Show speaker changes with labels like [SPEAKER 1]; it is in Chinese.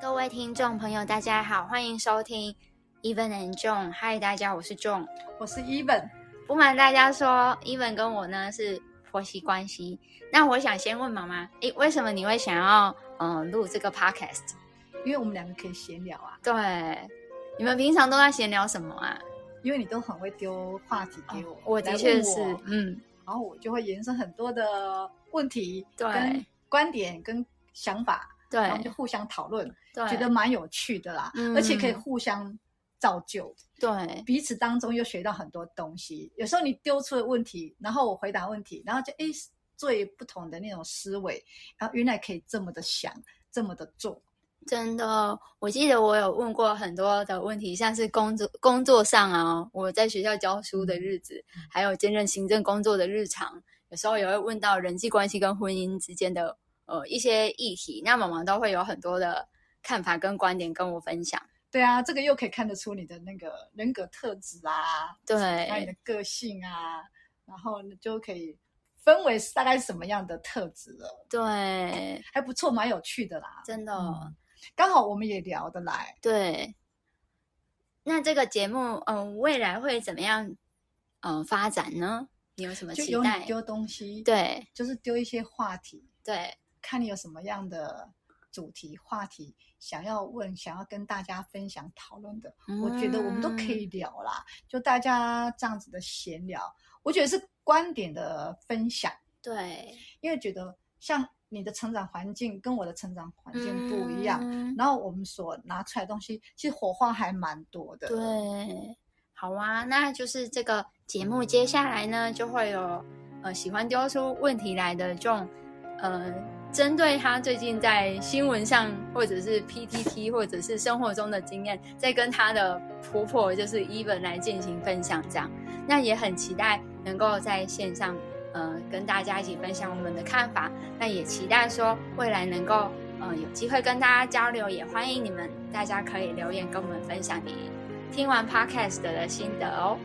[SPEAKER 1] 各位听众朋友，大家好，欢迎收听 Even and John。嗨，大家，我是 John。
[SPEAKER 2] 我是 Even，
[SPEAKER 1] 不瞒大家说，Even 跟我呢是婆媳关系。那我想先问妈妈，诶，为什么你会想要嗯、呃录这个 podcast？
[SPEAKER 2] 因为我们两个可以闲聊啊，
[SPEAKER 1] 对，你们平常都在闲聊什么啊？
[SPEAKER 2] 因为你都很会丢话题给我，
[SPEAKER 1] 哦我
[SPEAKER 2] 来
[SPEAKER 1] 的
[SPEAKER 2] 哦问
[SPEAKER 1] 确是
[SPEAKER 2] 我，
[SPEAKER 1] 嗯，
[SPEAKER 2] 然后我就会延伸很多的问题、
[SPEAKER 1] 对
[SPEAKER 2] 跟观点、跟想法，然后
[SPEAKER 1] 对
[SPEAKER 2] 哦就互相讨论，
[SPEAKER 1] 对，
[SPEAKER 2] 觉得蛮有趣的啦，
[SPEAKER 1] 嗯
[SPEAKER 2] 而且可以互相造就，
[SPEAKER 1] 对
[SPEAKER 2] 彼此当中又学到很多东西。有时候你丢出的问题，然后我回答问题，然后就诶做不同的那种思维，然后原来可以这么的想，这么的做，
[SPEAKER 1] 真的，哦我记得我有问过很多的问题，像是工作工作上啊，我在学校教书的日子，
[SPEAKER 2] 嗯
[SPEAKER 1] 还有兼任行政工作的日常，有时候也会问到人际关系跟婚姻之间的呃一些议题，那妈妈都会有很多的看法跟观点跟我分享。
[SPEAKER 2] 对啊，这个又可以看得出你的那个人格特质啊，还有你
[SPEAKER 1] 对
[SPEAKER 2] 的个性啊，然后你就可以分为大概是什么样的特质了，
[SPEAKER 1] 对，
[SPEAKER 2] 还不错，蛮有趣的啦。
[SPEAKER 1] 真的、哦
[SPEAKER 2] 嗯，刚好我们也聊得来，
[SPEAKER 1] 对。那这个节目，嗯、未来会怎么样，嗯、发展呢？你有什么
[SPEAKER 2] 就
[SPEAKER 1] 期
[SPEAKER 2] 有你
[SPEAKER 1] 待？
[SPEAKER 2] 丢东西，，
[SPEAKER 1] 对
[SPEAKER 2] 就是丢一些话题，
[SPEAKER 1] 对，
[SPEAKER 2] 看你有什么样的主题话题想要问，想要跟大家分享讨论的，
[SPEAKER 1] 嗯
[SPEAKER 2] 我觉得我们都可以聊啦，就大家这样子的闲聊，我觉得是观点的分享。
[SPEAKER 1] 对。
[SPEAKER 2] 因为觉得像你的成长环境跟我的成长环境不一样，
[SPEAKER 1] 嗯
[SPEAKER 2] 然后我们所拿出来的东西，其实火花还蛮多的。
[SPEAKER 1] 对，好啊，那就是这个节目接下来呢，就会有呃喜欢丢出问题来的这种呃，针对他最近在新闻上或者是 PTT 或者是生活中的经验，再跟他的婆婆就是 Even 来进行分享，这样，那也很期待能够在线上。呃，跟大家一起分享我们的看法，那也期待说未来能够呃有机会跟大家交流，也欢迎你们大家可以留言跟我们分享你听完 podcast 的心得哦。